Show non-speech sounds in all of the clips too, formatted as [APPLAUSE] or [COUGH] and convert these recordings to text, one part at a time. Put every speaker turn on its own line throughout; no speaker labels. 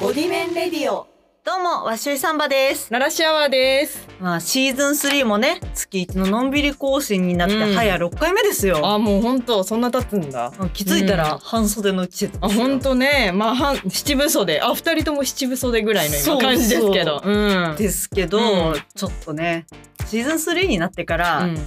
ボディメンレディオ
どうも、わっしょいサンバです。
奈良シアワーです。
まあ、シーズン3もね、月1ののんびり更新になって、
うん
はや6回目ですよ。
あ、もう本当そんな経つんだ。
気づいた
う
ら
ん
半袖の季節
あ、
ですよ
本当ね、まあ、はん七分袖、あ、二人とも七分袖ぐらいの
そう
今感じですけど。うん。
ですけど、
うん
ちょっとね、シーズン3になってから、
うん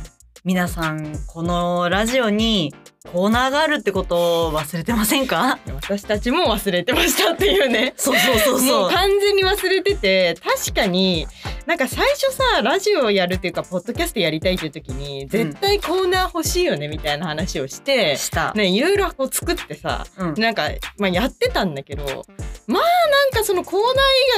皆さん、このラジオにコーナーがあるってことを忘れてませんか
私たちも忘れてましたっていうね。
そうそうそう
も
そうう。
完全に忘れてて確かになんか最初さラジオやるっていうかポッドキャストやりたいっていう時に絶対コーナー欲しいよねみたいな話をして、
した。
ねいろいろこう作ってさ
うん
なんか、まあ、やってたんだけどまあなんかそのコーナー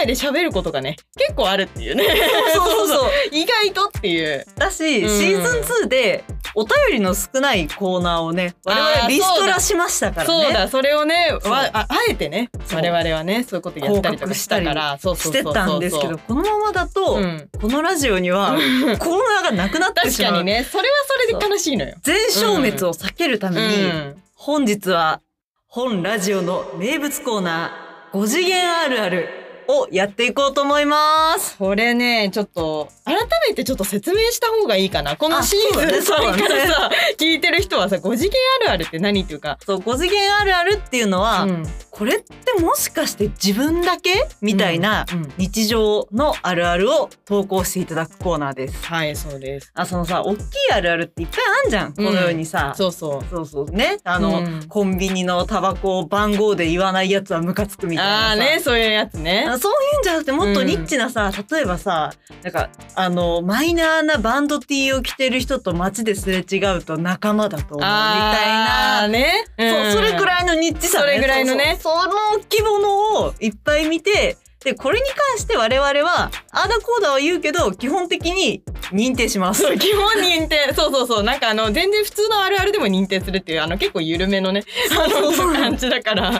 以外で喋ることがね結構あるっていうね
そうそうそう。
[LAUGHS] 意外とっていう
だし、
うん
シーズン2でお便りの少ないコーナーをね我
あ
々
ー
リストラしましたからね
そうだそれをね
そう
わああえてね
そう
我々はねそういうことやったりとかしたからそうそ
し
うそう
て
そう
たんですけどこのままだと、
うん、
このラジオには
[LAUGHS]
コーナーがなくなって
確
し
か
まう、
にねそれはそれで悲しいのよ。
全消滅を避けるた
う
めに、
ん
本日は本ラジオの名物コーナー5次元あるあるをやっていこうと思います。
これねちょっと改めてちょっと説明した方がいいかなこの
あ
シーズン
そうだねそ
3
う
[LAUGHS] か
だね
らさ、聞いてる人はさ「5次元あるある」って何っていうか、
そう5次元あるあるっていうのは、
うん
これってもしかして自分だけみたいな、
うん
日常のあるあるを投稿していただくコーナーです。
はいそうです
あ、そのさ、大きいあるあるっていっぱいあんじゃん。このようにさ。
そうそう
そうそうね。あの、
うん
コンビニのタバコを番号で言わないやつはムカつくみたいなさ。
ああーねそういうやつね
あそういうんじゃなくてもっとニッチなさ、例えばさなんかあのマイナーなバンド T を着てる人と街ですれ違うと仲間だと思うみたいな
あーね、
そう、それく
い
らいのニッチさ、ね、
それぐらいのね
そうそうその規模のをいっぱい見て、で、これに関して我々は、あーだこーだは言うけど、基本的に認定します。
そう基本認定 [LAUGHS] そうそうそうなんかあの全然普通のあるあるでも認定するっていうあの結構緩めのねあ
そう
の
そう
感じだから
で、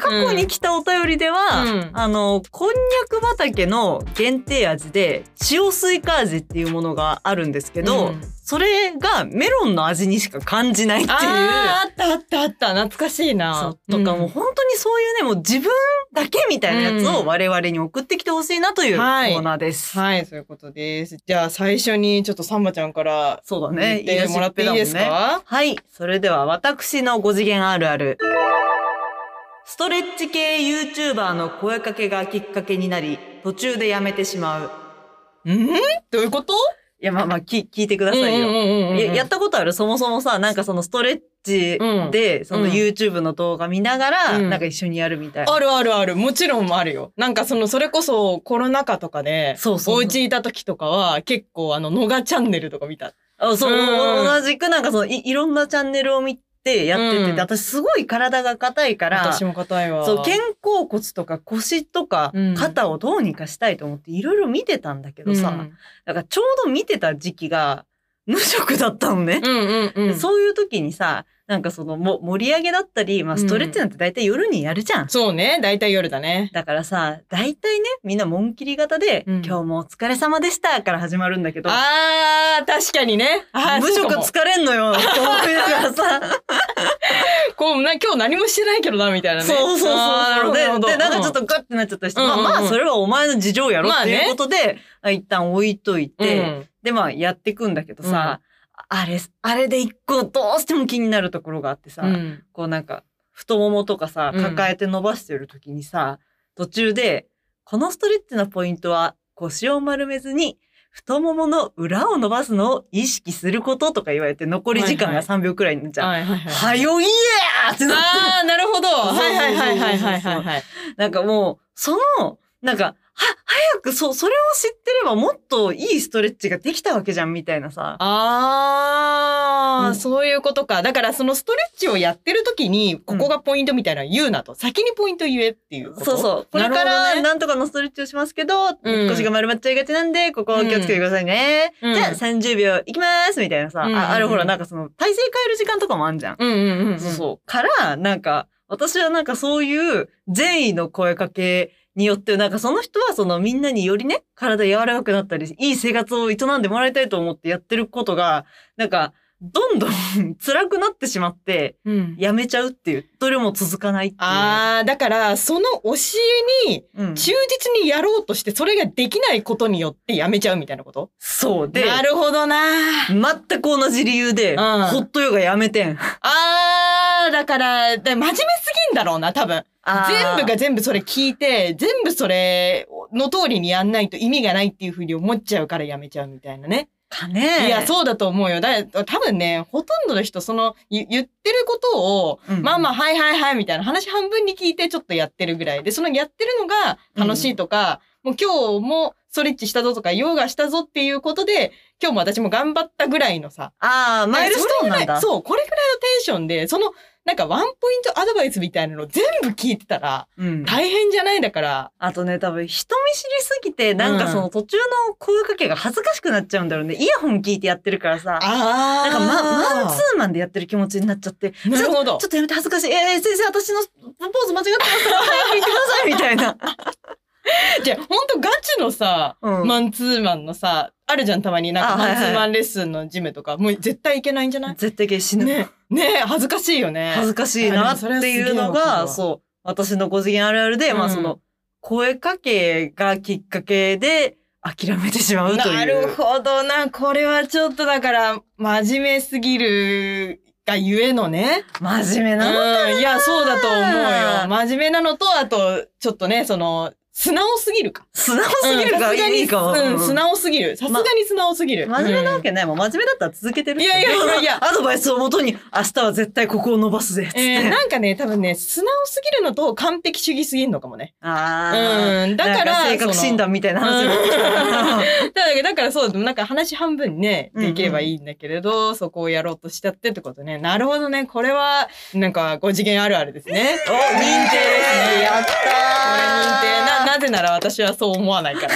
過去に来たお便りでは、
うん
あの、こんにゃく畑の限定味で、塩スイカ味っていうものがあるんですけど、
うん
それがメロンの味にしか感じないっていう。
あーあったあったあった懐かしい
そ
な
うとかもう本当にそういうね、もう自分だけみたいなやつ
う
を
ん
我々に送ってきてほしいなというコ
はい
ーナーです。
はいそういうことですじゃあ最初にちょっとサンバちゃんから
そうだ
言
ね。
ってもらっていいです
言しっぺだもんね
か、
はい。それでは私の5次元あるある。ストレッチ系 YouTuber の声かけがきっかけになり、途中でやめてしまう。
うんどういうこと
いや、まあまあ、き聞いてくださいよ。ややったことあるそもそもさ、なんかそのストレッチで、その
うん
YouTube の動画見ながら、
うん
なんか一緒にやるみたいな。
あるあるある。もちろんあるよ。なんかその、それこそコロナ禍とかで、
そうそう
お家いた時とかは、結構あの、のがチャンネルとか見た。
あそう、
うん
同じくなんかそのい、いろんなチャンネルを見てやってて、
うん
で私すごい体が硬いから、
私も硬いわ。
そう肩甲骨とか腰とか
うん
肩をどうにかしたいと思っていろいろ見てたんだけどさ、
うん
だからちょうど見てた時期
[LAUGHS]
が無職だったのね
う、んうんうん。そう
そういう時にさなんかそのも盛り上げだったり、まあ、ストレッチなんて大体夜にやるじゃん。
ね。だいたい夜だね。
だからさ、大体ね、みんな紋切り型で、
うん
今日もお疲れ様でしたから始まるんだけど、
あー、確かにね。あー
無
そう
職
かも
疲れんのよ、と思いながらさ。
こうな、今日何もしてないけどな、みたいなね。
そうそうそう
あ
そう。
ー
で
なるほど、
で、なんかちょっ
う
とガッてなっちゃったりして、
うんうんうん
まあまあ、それはお前の事情やろ
ま
っ
あ
て
ね
いうことで、一旦置いといて、
うん
で、まあ、やっていくんだけどさ、あれ、あれで一個どうしても気になるところがあってさ、
うん
こうなんか、太ももとかさ、
うん
抱えて伸ばしてる時にさ、途中で、このストレッチのポイントは、腰を丸めずに、太ももの裏を伸ばすのを意識することとか言われて、残り時間が
はい
3秒くらいになっちゃう。
はいはいはい。
はよいやーってなって。
あー、なるほど。
そう
はいはいはいはいはいはいはい。
なんかもう、その、なんか、は、早く、そ、それを知ってればもっといいストレッチができたわけじゃん、みたいなさ。
あー、
うん
そういうことか。だからそのストレッチをやってる時に、ここがポイントみたいなの言うなと。先にポイント言えっていうこと。
そうそう。これか
なるほど
ら、
ね
なんとかのストレッチをししますけど、
ん
腰が丸まっちゃいがちなんで、ここを気をつけてくださいね。
うん
じゃあ、30秒いきますみたいなさ。
うん
あ、あれほら、なんかその、体勢変える時間とかもあんじゃん。
う。うんうんうん、うん。
そうそう。から、なんか、私はなんかそういう善意の声かけによって、なんかその人はそのみんなによりね、体柔らかくなったり、いい生活を営んでもらいたいと思ってやってることが、なんか、どんどん辛くなってしまって、
うん
やめちゃうっていう、どれも続かないっていう。
あーだからその教えに
うん、
忠実にやろうとしてそれができないことによってやめちゃうみたいなこと
そうで、
るほどな
全く同じ理由で、
ん
ホットヨガやめてん。
あーだからだ真面目すぎんだろうな多分全部が
が、
全部それ聞いて全部それの通りにやんないと意味がないっていうふうに思っちゃうからやめちゃうみたいなね
かね。
いや、そうだと思うよ。だ多分ね、ほとんどの人、その、ゆ言ってることを、
うん。
まあま
あ、
あ、はいはいはい、みたいな話半分に聞いて、ちょっとやってるぐらいで、そのやってるのが楽しいとか、もう今日もストレッチしたぞとか、ヨガしたぞっていうことで、今日も私も頑張ったぐらいのさ、
ああ、マイルストーンなんだ。
そう、これぐらいのテンションで、その、なんかワンポイントアドバイスみたいなの全部聞いてたら、
うん。
大変じゃないだから、
あとね、多分人見知りすぎて、なんかその途中の声かけが恥ずかしくなっちゃうんだろうね。イヤホン聞いてやってるからさ。
あ
なんかママンツ
ー
ーマンでやってる気持ちになっちゃって、
なるほ
ちょ
ど
っ。とやめて恥ずかしい。えー、先生、私のポーズ間違ってますから、早く言ってください、みたい
[LAUGHS]
な。
じゃあ、ほんとガチのさ、
うん
マンツーマンのさ、あるじゃん、たまに。なんか、
あはいは
マン
い
ツーマンレッスンのジムとか、もう絶対いけないんじゃない
絶対系死ぬ。
ねね恥ずかしいよね。
恥ずかしいなっていうの
あでもそれはすげえわかるわ
が、そう、私のご次元あるあるで、ま
う
あ
ん
その、声かけがきっかけで諦めてしまうという。
なるほどな。これはちょっとだから、真面目すぎるがゆえのね。
真面目
うん
なの。。
いや、そうだと思うよ。真面目なのと、あと、ちょっとね、その、素直すぎるか。
素直すぎるから
うん
いいかも。
さすがにうん、素直すぎる。さすがに素直すぎる。
真面目な
う
わ
ん
けないもん。真面目だったら続けてる。
いやいやいやいや
アドバイスをもとに、明日は絶対ここを伸ばすぜ。つって。
えーなんかね、多分ね、素直すぎるのと完璧主義すぎるのかもね。
あ
うん、
あ。
だか
なん
ら、
性格診断みたいな
その。
話も。 [LAUGHS]
うんだからだからそう、でもなんか話半分ね、
うんうん
できればいいんだけれど、そこをやろうとしちゃってってことね。なるほどね。これは、なんか、5次元あるあるですね。
お、認定ですね。やったー
これ認定。な、なぜなら私はそう思わないから。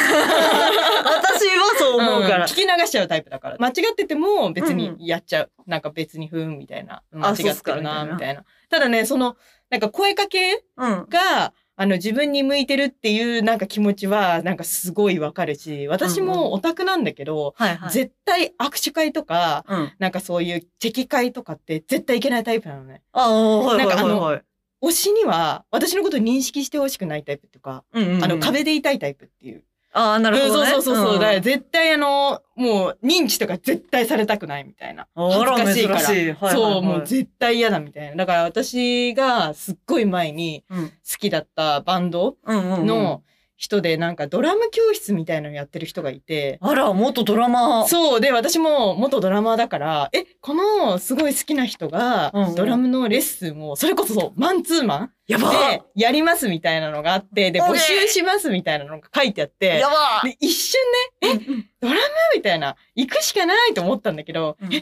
私はそう [LAUGHS] 思うか
ん
ら
聞。き流しちゃうタイプだから。間違ってても別
う
に
ん
やっちゃう。なんか別にふーんみたいな。間
あそう
違
っ
っ
す
て
か
るな、
みたいな
みたいな。ただね、その、なんか声かけ
うん。
が、あの、自分に向いてるっていうなんか気持ちは、なんかすごいわかるし、私もオタクなんだけど、
はいはい。
絶対握手会とか、
うん。
なんかそういうチェキ会とかって絶対いけないタイプなのね。
ああ、はいはいはいはい。
推しには、私のことを認識してほしくないタイプっていうか、
うんうんうん
あの、。壁でいたいタイプっていう。
ああ、なるほどね。
うんそうそうそうそう。だから
ん
絶対あの、もう認知とか絶対されたくないみたいな。
あら、
恥ずか
珍
し
し
い
い。
から
はいはいはい
そう、もう絶対嫌だみたいな。だから私がすっごい前に
うん
好きだったバンド、
うんうんうん。
の人でなんかドラム教室みたいなのやってる人がいて、
あら、元ドラマー。
そうで私も元ドラマーだからえこのすごい好きな人が
うんうん
ドラムのレッスンをそれこそマンツーマン
やば
でやりますみたいなのがあってで
オーケー
募集しますみたいなのが書いてあって
やば
で一瞬ねえドラムみたいな行くしかないと思ったんだけど、
うん
え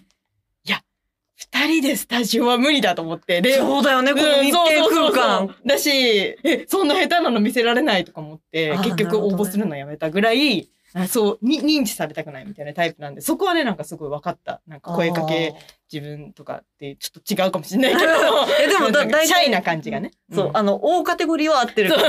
いや2人でスタジオは無理だと思ってで
そうだよね、この
うん
密
そうそ
閉
うそう
空
そ
間。
うだし、え、そんな下手なの見せられないとか思って
あ、ー
結
なる
局
ほ
応
どね、
募するのやめたぐらい、あそうに、認知されたくないみたいなタイプなんで、そこはね、なんかすごい分かった。なんか声かけ、自分とかって、ちょっと違うかもしれないけど
[LAUGHS] えでもだ
なんか
大体
シャイな感じがね。
あー。そう、
ん
あの、大カテゴリーは合ってるから。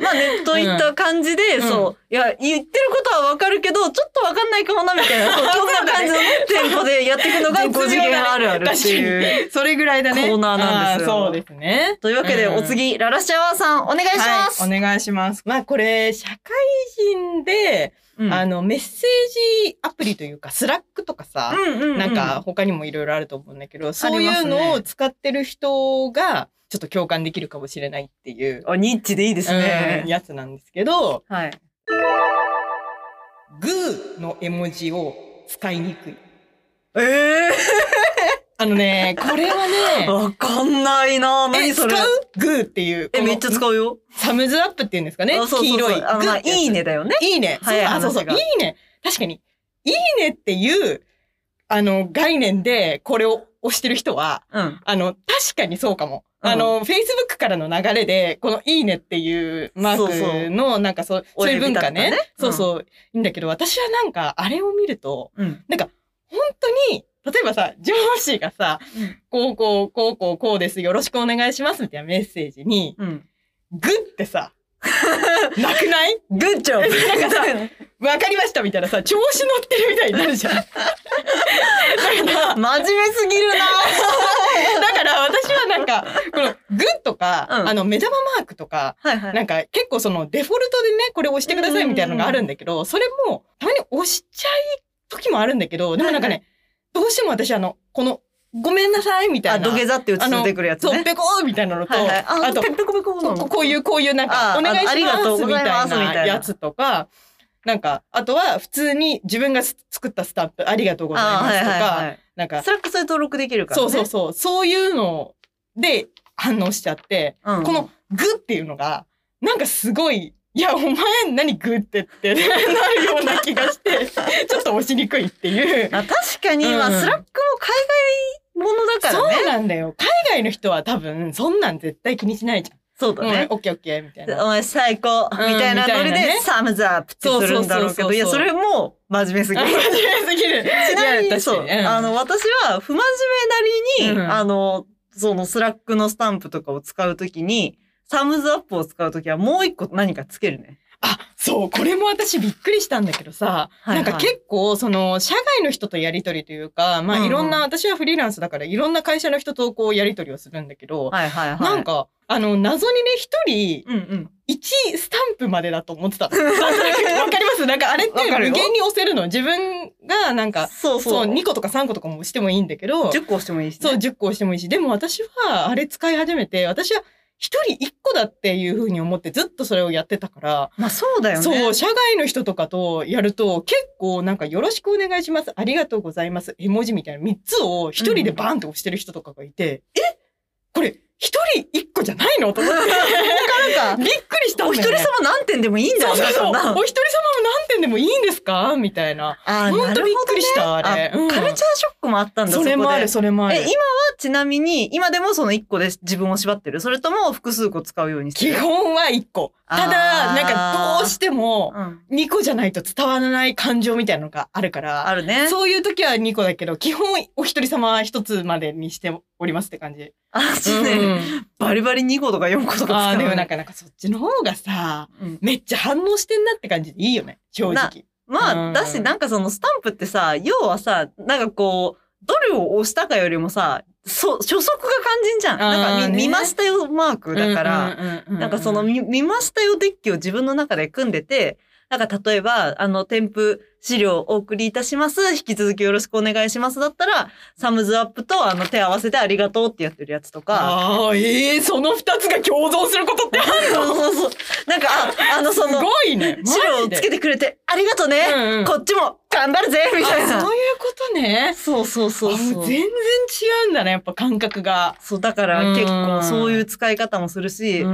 まあね、といった感じで、
うん
そう、いや、言ってることはわかるけど、ちょっとわかんないかもな、みたいな、そうそんな感じのねテンポでやっていくのが
絶妙だね
5次元あるあるっていう。
それぐらいだね。
コーナーなんですよ
あーそうですね。
というわけで、
うん
お次、ララシャワーさん、お願いします。
はい、お願いします。まあこれ、社会人で、
うん
あの、メッセージアプリというか、スラックとかさ、
うんうんうん
なんか、他にもいろいろあると思うんだけど、そう
あ
い
り
う
ますね
のを使ってる人がちょっと共感できるかもしれないっていう、
あニッチでいいですね
うん。やつなんですけど、
はい。
グーの絵文字を使いにくい。
ええ
あのね、これ
[LAUGHS]
はね、
わかんないな
え、
何
使
そうれ。
グーっていう。
え、めっちゃ
う。
使うよ。
サムズアップっていうんですかね
あそうそうそう
黄色い。
あの、
グ
ま
ー
あ
っ
い
てやつ
い。ねだよね。
いいね。そう
早い
あ、そうそう。
話
い
が
いね。確かに、いいねっていう、あの、概念でこれを押してる人は、
うん。
あの、確かにそうかも。
うん
あの、Facebook からの流れで、このいいねっていうマ
そうそ
ー
う
クの、なんかそう、そういう文化ね
親指だったね
そうそう、いいんだけど、私はなんか、あれを見ると、
うん。
本当に、例えばさ、上司がさ、こうこう、こうこう、こうです、よろしくお願いします、みたいなメッセージに、
うん。
グってさ、なくない
グッジョブ
[LAUGHS] なんかさ、わかりましたみたいなさ、調子乗ってるみたいになるじゃん。だから、だ
[LAUGHS] 真面目すぎる
[LAUGHS] から私はなんか、この、グッとか、
うん
あの、目玉マークとか、
なはいは
なんか結構そのデフォルトでね、これ押してくださいみたいなのがあるんだけど、それもたまに押しちゃい時もあるんだけど、でもなんか
は
ね、どうしても私あの、この、ごめんなさいみた
あ、
いな。
土下座って映ってくるやつ
そう、
ね。
ぺこーみたいなのと、
はいはい。
あと
ペ、コペコペコ
ここういう、こういうなん
あー
か、お願いし
あありがと
ま
う
す
ご
み
ざい
た
ま
い
すみたいな
なやつとか、なんか、あとは普通に自分がす作ったスタンプ、ありがとうござい
あ
ま
はい
すと
はい
か、
はい。
なんか
そ、れこそ登録できるからね。
そうそうそう、そういうので反応しちゃって、
うん。
このグっていうのが、なんかすごい、いや、お前何グってってなるような気が
[LAUGHS]
して、ちょっと押しにくいっていう。
あ確かに、まあ、
うん
スラックも海外ものだから
そう
ね。
なんだよ。海外の人は多分、そんなん絶対気にしないじゃん。
そうだ
うん、
ね。
オッケーオッケーみたいな。
お前最高み
うん
たいなノリ
みたいな
で
ね
サムズアップってするんだろうけ
そうそうそうそ
ど、
う
いや、それも真面目す
[LAUGHS]
ぎる。
あ真面目すぎる。
ちなみ
いや
に、そう、
確かうん
あの、私は不真面目なりに、
うん
あの、そのスラックのスタンプとかを使うときに、サムズアップを使うときはもう一個何かつけるね。
あ、そう、これも私びっくりしたんだけどさ、
はいはい
なんか結構、その、社外の人とやりとりというか、ま
うんう
あ
ん
いろんな、私はフリーランスだから、いろんな会社の人とこうやりとりをするんだけど、
はいはいはい。
なん、か、あの、謎にね、一人、
うんうん。
1スタンプまでだと思っ
[LAUGHS]
てた。あなんかわかりますなんかあれって
わかる
無
よ
限に押せるの。自分がなんか、
そう
そ、
そうう。
2個とか3個とかも押してもいいんだけど、
10個押してもいいし、ね。
そう、10個押してもいいし、でも私は、あれ使い始めて、私は一人一個だっていうふうに思ってずっとそれをやってたから、
まあそうだよね。
そう、社外の人とかとやると、結構なんか、よろしくお願いします、ありがとうございます、絵文字みたいな3つを一人でバーンって押してる人とかがいて、えこれ、一人一個じゃないのと
[LAUGHS]
思って、
なんか、
びっくりしたん
お
だ
一
よ、
人
ね。
様何点でもいいんだ
そう
よ
そうそう。お一
な
人様
ん
は
かな
何点でもいいんですかみたいな。
あー
ほんとびっくりした、あ
なる
れ。
ほどねあカルチャーショックもあったん
うん
だ
それもある、
こ
それもあ
で
る
え、。今はちなみに、今でもその1個で自分を縛ってるそれとも複数個使うようにして
基
る
本は一個。た
あ
だ、
ー
なんかどうしても、
うん。
二個じゃないと伝わらない感情みたいなのがあるから、
あるね。
そういう時は2個だけど、基本お一人様は1つまでにしておりますって [LAUGHS] 感じ。
あ、私ね、バリバリ2個とか4個とか使うの。
あーでもなんかなんかそっちの方がさ、
うん
めっちゃ反応してんなって感じでいいよね、正
な
直。
ま
う
あ、
ん
だし、なんかそのスタンプってさ、要はさ、なんかこう、どれを押したかよりもさ、そ、初速が肝心じゃん。なんか
あー
み
ね
見ましたよマークだから、
ら
なんかその見見ましたよデッキを自分の中で組んでて、なんか例えば、あの、添付資料をお送りいたします。引き続きよろしくお願いします。だったら、サムズアップと、あの、手合わせてありがとうってやってるやつとか。
あーえー、その2つが共存することってある
そうそうそう。なんか、ああの、
す
[LAUGHS] その、
ごいね。
資料をつけ
て、
てくれてありがとうね、
うんうん
こっちも頑張るぜみたい
あ
な
そういうことね。
そうそうそう
あも
そう
全然違うんだね、やっぱ感覚が。
そうだから
うん
結構そういう使い方もするし、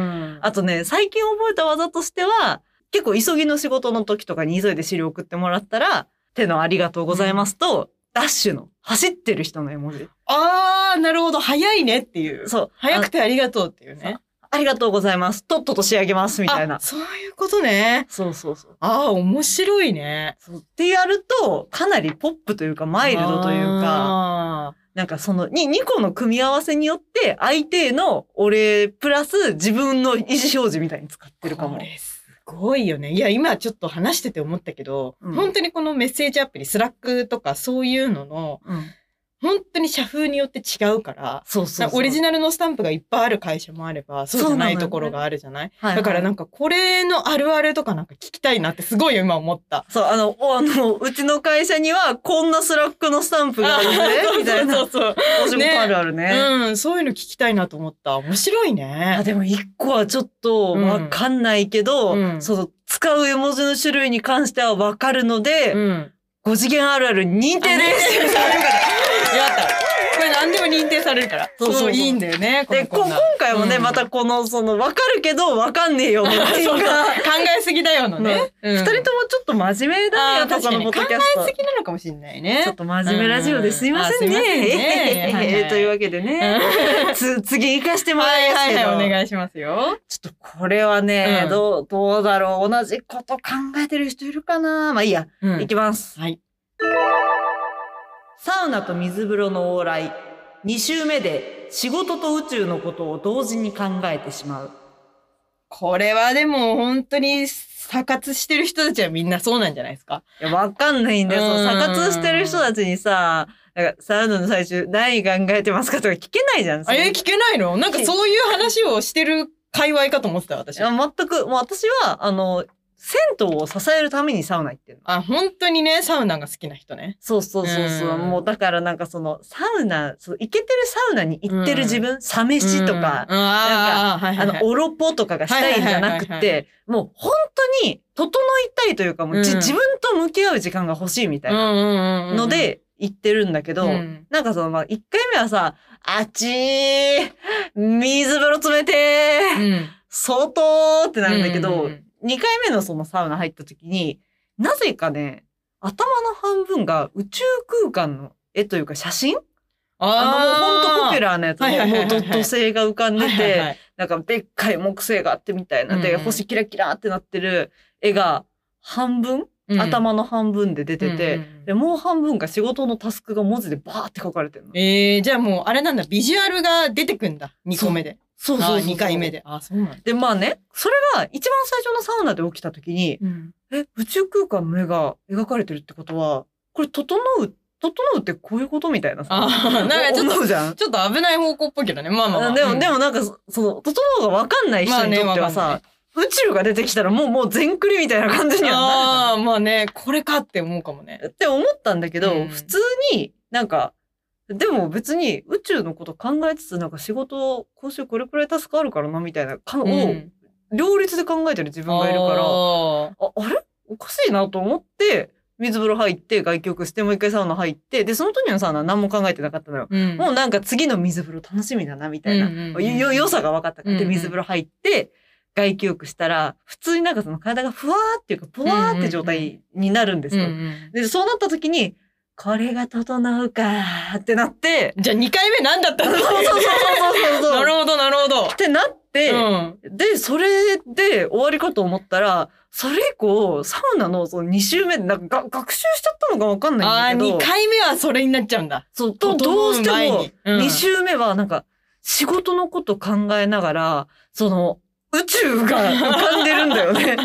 あとね最近覚えた技としては結構急ぎの仕事の時とかに急いで資料送ってもらったら手のありがとうございますと、ダッシュの走ってる人の絵文字
あー、なるほど。早いねっていう。
そう
早くてありがとうっていうね。
あありがとうございますとっとと仕上げますみたいな
あそういうことね。
そうそうそう
ああ、面白いね。
そうってやるとかなりポップというかマイルドというか
か。
なんかそのに2個の組み合わせによって相手へのお礼プラス自分の意思表示みたいに使ってるかも
こ。れすごいよね。いや、今ちょっと話してて思ったけど、
うん
本当にこのメッセージアプリ、スラックとかそういうのの、
うん、
本当に社風によって違うから、
そうそうそう。
オリジ
ナ
ナルのスタンプがいっぱいある会社もあれば、そうじゃな
そ
い
うなのよね
ところがあるじゃない
ル、
だからなんんかこれのあるあるとかなんか聞きたいなってすごい今思った。
そう、あの、おあの、うちの会社にはこんなスラックのスタンプがあるね、みたいな。
そ
お
うそう
仕事あるあるね。
うん、そういうの聞きたいなと思った。面白い
あ
ね。
でも一個はちょっとわかんないけど、
うん
その使う絵文字の種類に関してはわかるので、
ん。
5次元あるある認定
[LAUGHS]
です。
やった。これ何でも認定されるから。
そうそうそう
いいんだよね。
で、こ
この
今
コーナー
回もね、
うん
またこの、その、わかるけど、わかんねえよ、みたい
[LAUGHS] そうそう
な
考。えすぎだよのね。二、
二人ともちょっと真面目だ
あ
ね、
ー
とかのポッドキャス
考えす
ト。
ぎなのかもしれない
ちょっ
ね。
と真面目ラジオですいませんね。
うんあすいません
[LAUGHS]
ね
えへへへ
はいはい
というわけで
うん
ね。つ次行かしても
は
らい
い
ます
は
け
い
ど、
はい、お願いしますよ。
ちょっとこれはね、
うん
どう、どうだろう。同じこと考えてる人いるかなまあいいや、
う
行きます。
はい。
サウナと水風呂の往来。2週目で仕事と宇宙のことを同時に考えてしまう。
これはでも本当にサ活してる人たちはみんなそうなんじゃないですか。
いや、わかんないんだよ。そう、
うん
査活してる人たちにさ、なんかサウナの最中、何考えてますかとか聞けないじゃん。
あ
そんな
れ聞けないのなんかそういう話をしてる界隈かと思ってた、
い
私。
や全く、もう私は、あの、銭湯を支えるためにサウナ行ってるの。
あ、本当にね、サウナが好きな人ね。
そうそうそうそう。
うん
もうだからなんかその、サウナ、そう行けてるサウナに行ってる自分、サメシとか、
うん、あーはいは
あ
いは
の、
い
おろぽとかがしたいんじゃなく
はいはいはいは
て、もう本当に整いたいというか、もうじ
うん
自分と向き合う時間が欲しいみたいな
うんうんうんうん
の、で行ってるんだけど、
うん
なんかその、まあ、1回目はさ、あっちー、水風呂冷てー、
うん
相当ってなるんだけど、
ううん
2回目のそのサウナ入った時に、なぜかね、頭の半分が宇宙空間の絵というか写真あの、もうほんとポピュ
ラ
ラーなやつ
はい
の、
はいはい
も
は
う
い
ドット星が浮かんで
はいはい
て、
はい
なんかでっかい木星があってみたいな、
うん
で、
うん
星キラキラってなってる絵が半分、
うん
頭の半分で出てて、
うんうんうん
で、もう半分が仕事のタスクが文字でバーって書かれてるの。
えー、じゃあもうあれなんだ、ビジュアルが出てくんだ、2個目で。
そう
あ
そう
ー二回目。で。あー、そうなんだ。
で、まあね、それが一番最初のサウナで起きた時に、
うん
え、宇宙空間の絵が描かれてるってことは、これ、整う、整うってこういうことみたいな
あ
さ。
ーなんかちょっと
思うじゃん。
ちょっと危ない方向っぽいけどね。まあまあ、まあ。
でも、で
も、
もなんか、そその、整うがわかんない人にとっては
まあねわ
さ、宇宙が出てきたらもう、もう全クリみたいな感じにはな
ああ、まあね、これかって思うかもね
るじゃ。ん。って思ったんだけど、
うん
普通になんか、でも別に宇宙のこと考えつつ、なんか仕事、今週これくらいタスクあるからな、みたいな、かを、
うん
両立で考えてる自分がいるから、
あ
あ、あれおかしいなと思って、水風呂入って、外気浴して、もう一回サウナ入って、で、その時のサウナは何も考えてなかったのよ。
ー
もうなんか次の水風呂楽しみだな、みたいな。
うんうんうん
よ、良さが分かったから。で、
うんうん
水風呂入って、外気浴したら、普通になんかその体がふわーっていうか、ぽわーって状態になるんですよ。
うんうん
で、そうなった時に、これが整うかーってな
[LAUGHS]
って、
じゃあ2回目何だった
そ
の
うそうそうそうそう。
なるほど、なるほ
[LAUGHS]
ど。
ってなって、
うん。
で、それで終わりかと思ったら、それ以降、サウナのその2週目で、なんかが学習しちゃったのかわかん
あ
な
あ
い
ー、
んだけど、
2回目はそれになっちゃうんだ。
そうとどうして
整う前
も
に、うん
2週目はなんか、仕事のこと考えながら、その、宇宙
[LAUGHS]
が浮かんでるんだよね。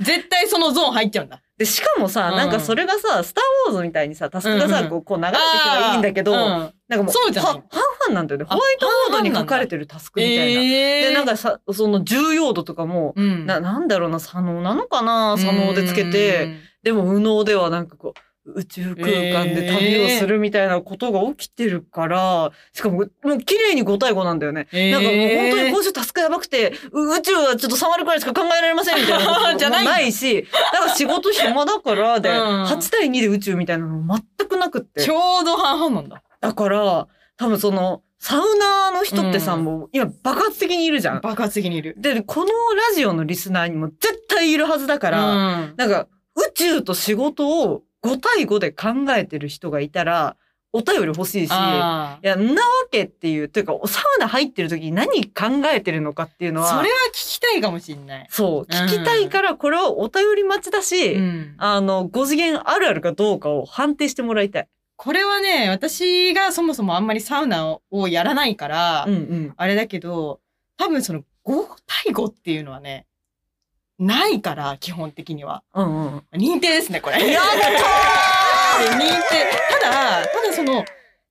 絶対そのゾーン入っちゃうんだ。
で、しかもさ、
うん
なんかそれがさ、スターウォーズみたいにさ、タスクが
うん
さ、
うん
こうこう流れてきたらいいんだけど、
あ
なん
ーうん
かもう、
そうじゃない
は半々なんだよね。ホワイトボードに書かれてるタスクみたいな。
えー、
で、なん、かさ、その重要度とかも、
うん、
な、なんだろうな、左脳なのかな左脳でつけ
う
て、
ん、
でも右脳ではなんかこう、宇宙空間で旅をするみたいなことが起きてるから、しかも、もう綺麗に5対5なんだよね。
えー
なんかもう本当に今週タスクやばくて、う宇宙はちょっと3割くらいしか考えられませんみたいなことも
[LAUGHS] じゃないんだ
ないし、なんか仕事暇だからで、
うん
8対2で宇宙みたいなの全くなくって
ち。ょうど半々なんだ。
だから、多分その、サウナーの人ってさ、
うん
もう今爆発的にいるじゃん。
爆発的にいる。
で、このラジオのリスナーにも絶対いるはずだから、
うん
なんか、宇宙と仕事を5対5で考えてる人がいたら、お便り欲しいし、いや、
あー
んなわけっていう、というか、サウナ入ってる時に何考えてるのかっていうのは、
それは聞きたいかもしれない。
そう、
うん
聞きたいから、これはお便り待ちだし、
うん
あの、5次元あるあるかどうかを判定してもらいたい。
これはね、私がそもそもあんまりサウナをやらないから、
うんうん。
あれだけど、多分その5対5っていうのはね、ないから、基本的には。
うんうん。
認定ですね、これ。
やった
[LAUGHS] 認定。ただ、ただその、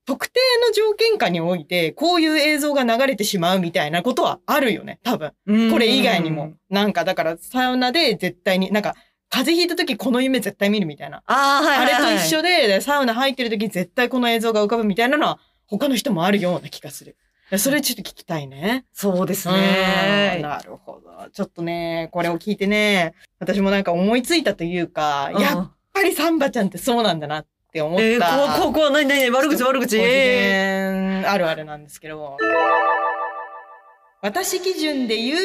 特定の条件下において、こういう映像が流れてしまうみたいなことはあるよね、多分。
ー
これ以外にも。。なんか、だから、サウナで絶対に、なんか、風邪ひいた時この夢絶対見るみたいな。
ああ、はい
あ
はい
れ
はい、
と一緒で、サウナ入ってる時絶対この映像が浮かぶみたいなのは、他の人もあるような気がする。それちょっと聞きたいね。
そうです
うん
ね。
なるほど。ちょっとね、これを聞いてね、私もなんか思いついたというか、や
う
っ
ん
ぱりサンバちゃんってそうなんだなって思った。
えー、怖い怖い怖い、なになに悪口悪口。
ご機
え
嫌あるあるなんですけど。私基準で言う、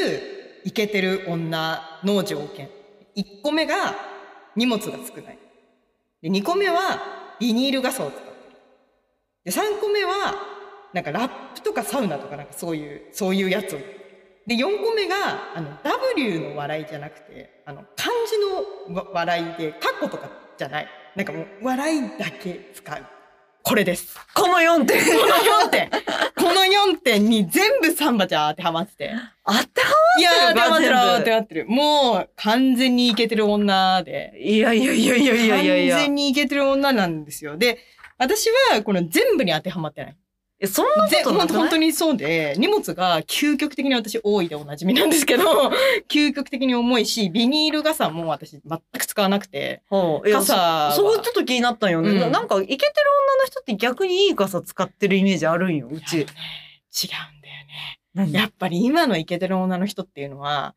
イケてる女の条件。1個目が、荷物が少ない。で、2個目は、ビニール傘を使ってる。で、3個目は、なんかラップとかサウナとかなんかそういう、そういうやつを。で、4個目が、あの、W の笑いじゃなくて、あの、漢字のわ笑いで、カッコとかじゃない。なんかもう、笑いだけ使う。これです。
この4点。
この4点。この4点に全部サンバちゃん当てはまって
[LAUGHS]
て。
あった
いやー、当てはまってる、
全部
当てはまってる。もう、完全にいけてる女で。
いやいやいやいやいやいやいや
完。全にいけてる女なんですよ。で、私は、この全部に当てはまってない。
えそんな
ぜ
ことなく
本当
ない
本当にそうで、荷物が究極的に私多いでおなじみなんですけど、 [LAUGHS] 究極的に重いし、ビニール傘も私全く使わなくて、
ほういや
傘は
そこちょっと気になったんよね、
うん
ななんかイケてる女の人って逆にいい傘使ってるイメージあるんよう
いや
ち
ね違うんだよね。
何
やっぱり今のイケてる女の人っていうのは、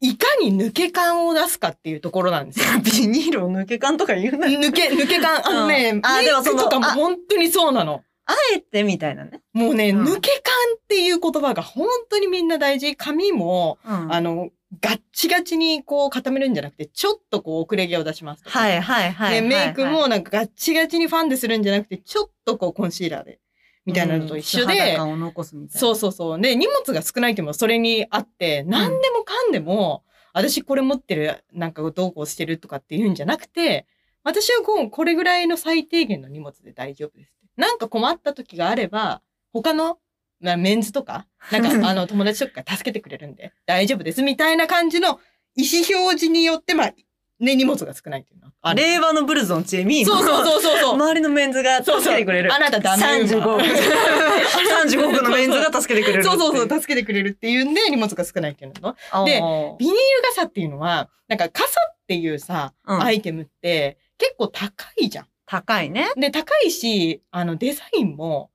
いかに抜け感を出すかっていうところなん
[LAUGHS]
ですよ。
ビニールを抜け感とか言うなよ
抜け、抜け感、あのね、
うんあ
メイ
でもそ
ク
の
とかも
あ
本当にそうなの。
[LAUGHS] あえてみたいなね、
もうね、
うん
抜け感っていう言葉が本当にみんな大事。髪も、
うん、
あの、ガッチガチにこう固めるんじゃなくて、ちょっとこう遅れ毛を出しますとか。。
はいいはいはいはいはい、
で、メイクもなんかガッチガチにファンでするんじゃなくて、ちょっとこうコンシーラーで、みたいなのと一緒
うん素肌
で、
感を残すみたいな
そうそうそう。で、荷物が少ないっていうのもそれにあって、何でもかんでも、私これ持ってる、なんかどうこうしてるとかっていうんじゃなくて、私はこう、これぐらいの最低限の荷物で大丈夫です。なんか困った時があれば、他の、まあ、メンズとか、なんかあの友達とかが助けてくれるんで、大丈夫ですみたいな感じの意思表示によって、まあ、ね、荷物が少ないっていうのはある。
令和のブルゾンチエミー
そうそう
う
そうそう
[LAUGHS]
そう。
周りのメンズが助けてくれる
あなたダメよ。
35億 [LAUGHS] 35億のメンズが助けてくれる
そうそうそう、助けてくれるっていうんで、荷物が少ないっていうの。
う
で
ん
ビニール傘っていうのは、なんか傘っていうさ、
うん
アイテムって結構高いじゃ
高いね
ん。で、高いし、あのデザインも、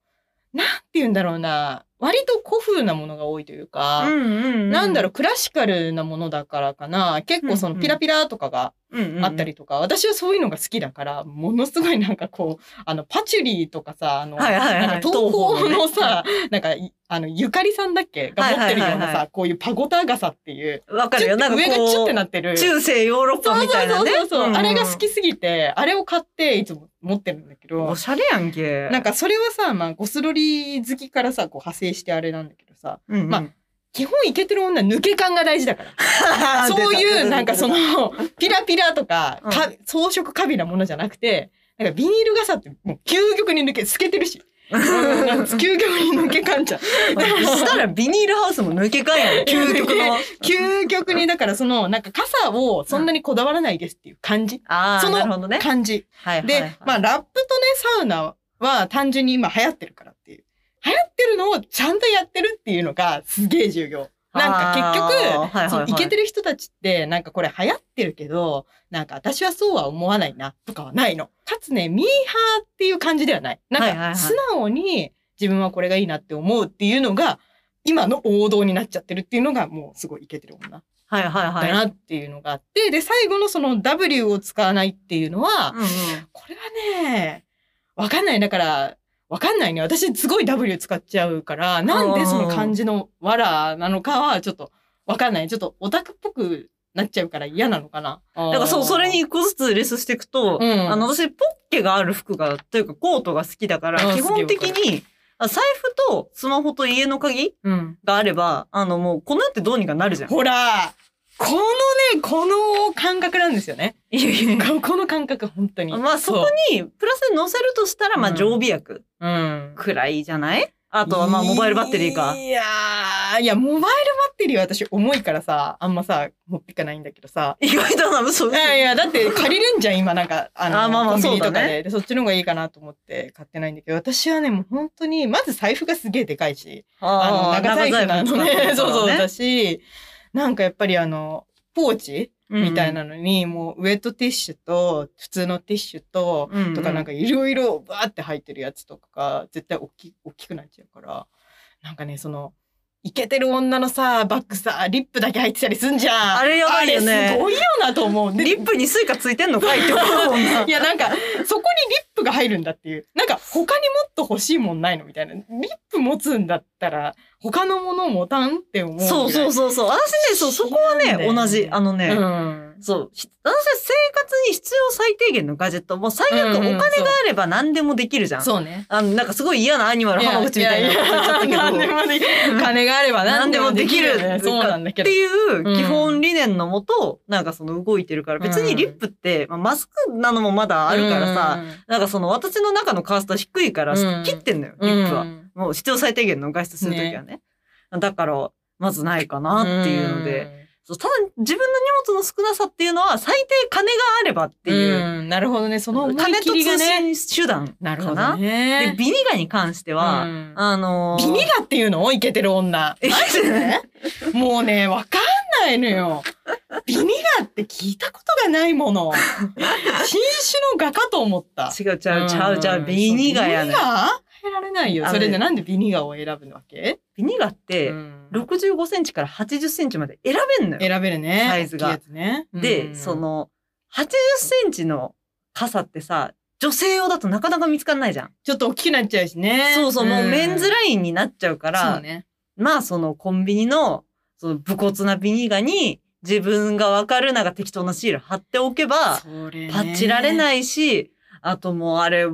なんて言うんだろうな、割と古風なものが多いというか、
うんうんうん
なんだろう、クラシカルなものだからかな、結構そ
うん
の
うん
ピラピラとかが
うんうんうん
あったりとか、私はそういうのが好きだから、ものすごいなんかこう、あの、パチュリーとかさ、あの、
はいはいはい
なんか東宝
東宝の
の
ね
さ、なんかい、あの、ゆかりさんだっけが持ってるよ
は
う
いは
ない
はいは
さ、こういうパゴタ傘っていう、
わかるよ
ちょ
な
っと
んか
上がチュ
こ
ッて
う
なってる。
中世ヨーロッパみたいなね
そうそうそうそう、
んん
あれが好きすぎて、あれを買っていつも持ってるんだけど
お、しゃれやんけ
なんかそれはさ、まあゴスロリ好きからさ、こう派生してあれなんだけどさ、
うんうん
ま基本イケてる女は抜け感が大事だか
[LAUGHS]
ら。そういうなんかそのピラピラとか
うん
か装飾華美なものじゃなくて、なんかビニール傘ってもう究極に抜け、透けてる
[LAUGHS]
し。なんか究極に抜け感じゃん。
そしたらビニールハウスも抜けかんやん究極の
究極にだからそのなんか傘をそんなにこだわらないですっていう感じ。
[LAUGHS] ああ
その
なるほどね
感じ。
はいはい
で、
はい
まあラップとね、サウナは単純に今流行ってるからっていう。流行ってるのをちゃんとやってるっていうのがすげえ重要。なんか結
あー
局、
はいはいはい
そうイケてる人たちって、なんかこれ流行ってるけど、なんか私はそうは思わないな、とかはないの。かつね、ミーハーっていう感じではない。
はいはい
な
は
ん
い
か素直に自分はこれがいいなって思うっていうのが、今の王道になっちゃってるっていうのが、もうすごいイケてる女
はいはいは
だ
い
なっていうのがあって、で、最後のその W を使わないっていうのは、
うんうん
これはね、わかんない。だから、わかんないね。私すごい W 使っちゃうから、なんでその漢字のわらなのかはちょっとわかんない。ちょっとオタクっぽくなっちゃうから嫌なのかな。
だからそう、それに、一個ずつレスしていくと、
うん
あの、私、ポッケがある服が、というかコートが好きだから
う、ん
基本的
す
に、あ財布とスマホと家の鍵
うん。
があれば、あの、もう、この世ってどうにかなるじゃん。
ほら、このね、この感覚なんですよね。
いやいや
ここの感覚、本当に。
まあ、そこに、プラスで乗せるとしたら、まあ、
うん
常備薬
そう。うん。
くらいじゃないあとは、まあ、モバイルバッテリーか。
いやー、いや、モバイルバッテリーは私重いからさ、あんまさ、持ってかないんだけどさ。
意外だな、嘘
い。やいや、だって借りるんじゃん、今なんか、あの、
あまあまあ
コンビニと
そうだ
か
ね
でで。そっちの方がいいかなと思って買ってないんだけど、私はね、もう本当に、まず財布がすげえでかいし、あの、長財布なのね、 [LAUGHS] そうそうだし、なんかやっぱりあの、ポーチみたいなのに、もうウェットティッシュと、普通のティッシュと、
の
とかなんかいろいろバーって入ってるやつとかが絶対大き大きくなっちゃうからなんかねそのイケてる女のさバッグさリップだけ入ってたりすんじゃん
あれやばいよね
あれすごいよなと思うで
リップにスイカついてんのかいって思うも
[LAUGHS]
んな
い。やなんかそこにリップが入るんだっていうなんか他にもっと欲しいもんないのみたいなリップ持つんだったら他のもの持たんって思うぐらい
そうそうそうそう。私ね、そう、そこはね、
知らんだよ
同じ。あのね、
うん
そう。ひ私は性活に必要最低限のガジェット、もう最悪お金があれば何でもできるじゃん。
そうね。
あの、なんかすごい嫌なアニマル浜口みたいなこと言っちゃったけど。
[LAUGHS] 何でもできる。金があれば何でもできるよね。
何でもできる
そうなんだけ
って
ど。
いう基本理念のもと、なんかその動いてるから、別にリップって、まあ、マスクなのもまだあるからさ、なんかその私の中のカーストは低いから
うん
切ってんのよ、
う
リ
ん、
ップは
う。ん
もう必要最低限の外出するときはね。だから、まずないかなっていうので、。そうただ自分の荷物の少なさっていうのは最低金があればって
うん
いう、
うんなるほどね。その思い
金と
切りが
通
ね。
信手段
なるほ
か
ど
な。で、
ね。
ビニガに関しては、
うん
あのー
ビニガっていうのをイケてる女。
え
マジでもうね、わかんないのよ。ビニガって聞いたことがないも
[LAUGHS]
の。新種の画かと思った。
違う違うちゃうちゃう、ビニガや
ビ
ね
ニ。ガ入られないよ。
あの
そ
ね
れでなんでビニガを選ぶわけ
ビニガって、
選
65センチから80センチまで選べんのよ。
べるね。
サイズが
大きいやつね。う
で、
ん
そ、の、80センチの傘ってさ、女性用だとなかなか見つかんないじゃん。
ちょっと大きくなっちゃうしね。
そうそう、もうメンズ
イ
ラインになっちゃうか、
からそうね。
まあそのコンビニの、その武骨なビニガに自分がわかるなんか適当なシール貼っておけば、
それね
パッチられないし、あともうあれ、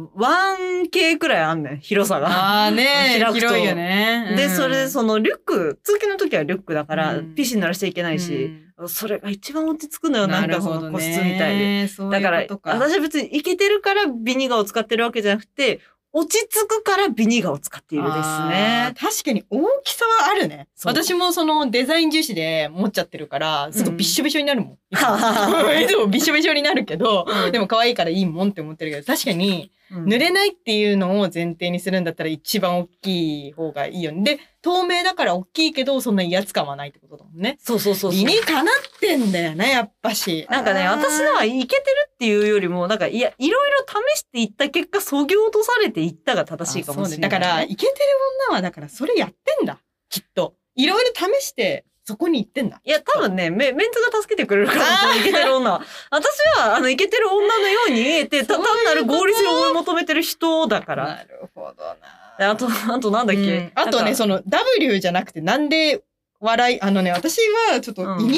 1K くらいあんねん、広さが。
ああね、
開くと
広いよね。
[LAUGHS] で、それでそのリュック、通勤の時はリュックだから
うん、
ピシにならしちゃいけな
ない
し、それが一番落ち着くのよ、なんかその個室みたいで。
で。そう
だか
い
ら
うことか。
私は別にイケてるからビニガを使ってるわけじゃなくて、落ち着くからビニガを使っているです
あー
ね。
確かに大きさはあるね。
そう
私もそのデザイン重視で持っちゃってるから、すぐびっしょびしょになるもん。いつもいつも [LAUGHS] びっしょびしょになるけど、でも可愛いからいいもんって思ってるけど、確かに
うん
濡れないっていうのを前提にするんだったら一番大きい方がいいよね。で、透明だから大きいけど、そんな威圧感はないってことだもんね。
そうそうそうそう。
理にかなってんだよね、やっぱし。
なんかね、
あー
私のはいけてるっていうよりも、なんか、いや、いろいろ試していった結果、そぎ落とされていったが正しいかもしれない。
あそうねだから、イケてる女は、だから、それやってんだ。きっと。いろいろ試して、そこに行ってんだ。
いや、多分ね、メメンツが助けてくれるから、そのイケてる女は。私は、あ
[LAUGHS]
の、イケてる女のように見えて、た
そう
単
いうこ
な
と
る合理性を追い求めてる人だから。
なるほど
で
な。
あと、 [LAUGHS] あとなんだっ
う
け
ん。あとね、
の、
その W じゃなくて、なんで笑い、あのね、私はちょっと、
う
古
ん
の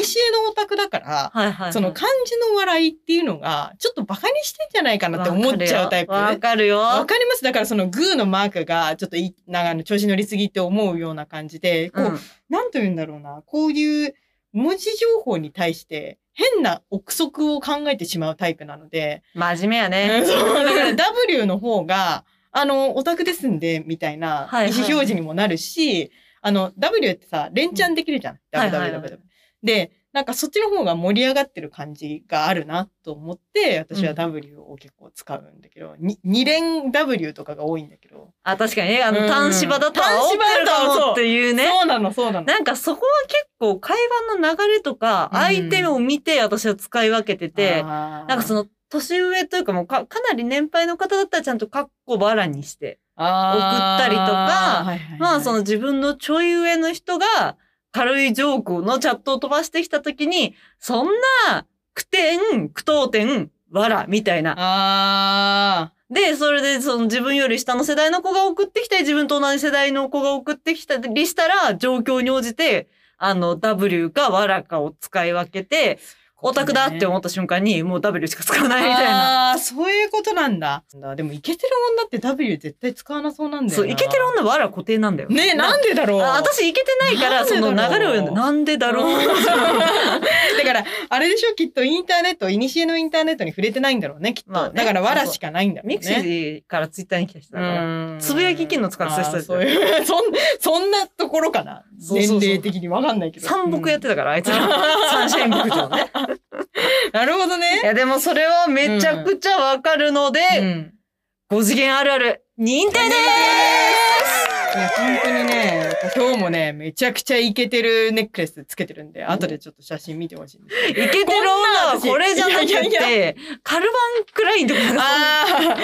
オタクだか
は
ら、
いはいはい、
その漢字の笑いっていうのが、ちょっとバカにしてんじゃないかなって思っちゃうタイプ。
わかるよ。
わ
わか
かりますだからそのグーのマークがちょっといなんかあの調子乗りすぎって思うような感じで、こ
る
う
よ、
なんと言うんだろうな、こういう文字情報に対して変な憶測を考えてしまうタイプなので、
うん真面目やね。
そうだから W の方が、あの、オタクですんで、みたいな
はいはい
意思表示にもなるし、あの、W ってさ、連チャンできるじゃん。
はいはいはい
WWW。で、なんかそっちの方が盛り上がってる感じがあるなと思って、私は
うん
W を結構使うんだけど、に二連 W とかが多いんだけど。
あ、確かにね、あ
う
の、
ん
単芝だとは思ってるかもっていうね。
そうなの、そうなの。
なんかそこは結構会話の流れとか、
うん
相手を見て私は使い分けてて、
な
なんかそ
の、
の、年上というかもうか、かなり年配の方だったらちゃんとカッコバラにして、
あー
送ったりとか
はいはいはい
まあその自分のちょい上の人が軽いジョークのチャットを飛ばしてきた時に、そんな、苦点、苦闘点、わら、みたいな。
あ
で、それでその自分より下の世代の子が送ってきたり、自分と同じ世代の子が送ってきたりしたら、状況に応じて、あの、W かわらかを使い分けて、
ー
オタクだって思った瞬間に、もう W しか使わないみたいな。
あーそういうことなんだ。でも、イケてる女って W 絶対使わなそうなんだよ
そ
な。
う、イケてる女わら固定なんだよ。
ね
な
なんでだろう。
あ私イケてないから、
なんで
そ
だろ
の
う
流れを読んで、なんでだろ
[LAUGHS]
う。
だから、あれでしょ、きっとインターネット、いにしえのインターネットに触れてないんだろうね、きっと。
まあね
だから、わらしかないんだろうね。
ミクシーからツイッターに来た人だから。
うん
つぶやき機能使ってた人
あ
た
ー
ち
そういうそん、そんなところかな。
そうそうそう
年齢的にわかんないけど。
三木やってたから、あいつら。サンシャイン牧場ね。
うんなるほど
[LAUGHS] い
ね。
や、でもそれはめちゃくちゃわかるので、
うん
5次元あるある、認定でー
いや、本当にね、今日もね、めちゃくちゃイケてるネックレスつけてるんで、後でちょっと写真見てほしいんです
すイケてる女はこれじゃなく
いやいやい
て、カルバンクラインとか
けど。あ [LAUGHS] あ、それはね、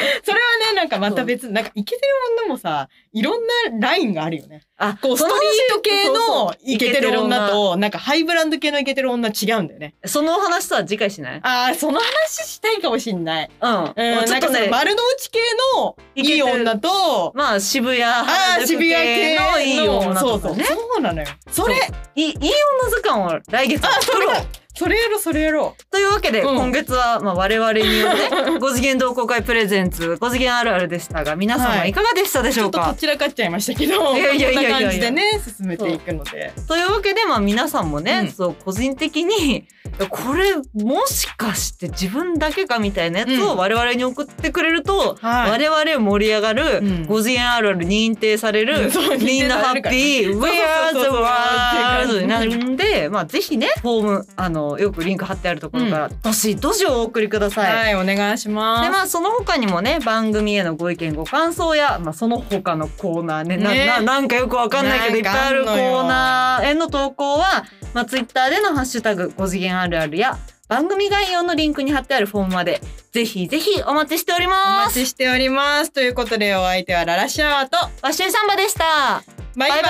なんかまた別、なんかイケてる女もさ、いろんなラインがあるよね。
あ
こう、ストリート系
そう
の
そう
イケてる女
イケてる
と、なんかハイブランド系のイケてる女違うんだよね。
女その話さ、次回しない
ああ、その話したいかもしんない。
うん。
うん、
ちょ
な
っ
んか
と
その
ね、
丸の内系の
イケて
いい
る
女と、
まあ渋谷、
ああ、渋谷系
原宿
の
いい女
そ
と
うそ
か
う。
ね。
そうなのよ。それ、
いいい女図鑑を来月。
あ、それだ
プロ
それやろうそれやろ
というわけで、
うん
今月は、まあ、我々によるね、5次
[LAUGHS]
元同好会プレゼンツ、5次元あるあるでしたが、皆様
はい
いかがでしたで
う
し
ち
ょ
ょ
う
っと
か、
こちらかっちゃいましたけど
いやいやいやいやいや
こんな感じでね進めていくので
というわけで、まあ、皆さんもね、
うん
そう、個人的に、いやこれ、もしかして自分だけかみたいなやつ
う
を
ん
我々に送ってくれると、
はい
我々盛り上がる、
うん
5次元あるある認定される、
[LAUGHS] そう
みんなハッピー、
認定さ
Where's
れる
the
からねそうそうそうそう
world になるんで、まあ、ぜひね、フォーム、あの、よくリンク貼ってあるところから、どしどしお送りください。
はい、お願いします
でまあその他にもね番組へのご意見ご感想や、まあ、その他のコーナーねな
ね
ななんかよくわかんないけどい
ね
っぱいあるコ
わかんのよ
ーナーへの投稿は、まあ、Twitter での「ハッシュタグ #5 次元あるある」や番組概要のリンクに貼ってあるフォームまでぜひぜひお待ちしており
お
ま
待
す。
ちしております。ということで、お相手はララシャワーと、
わっしゅいサンバでした
バイバ
バイ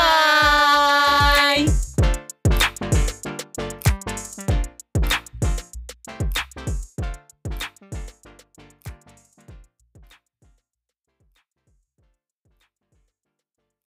バ
イ
ーイ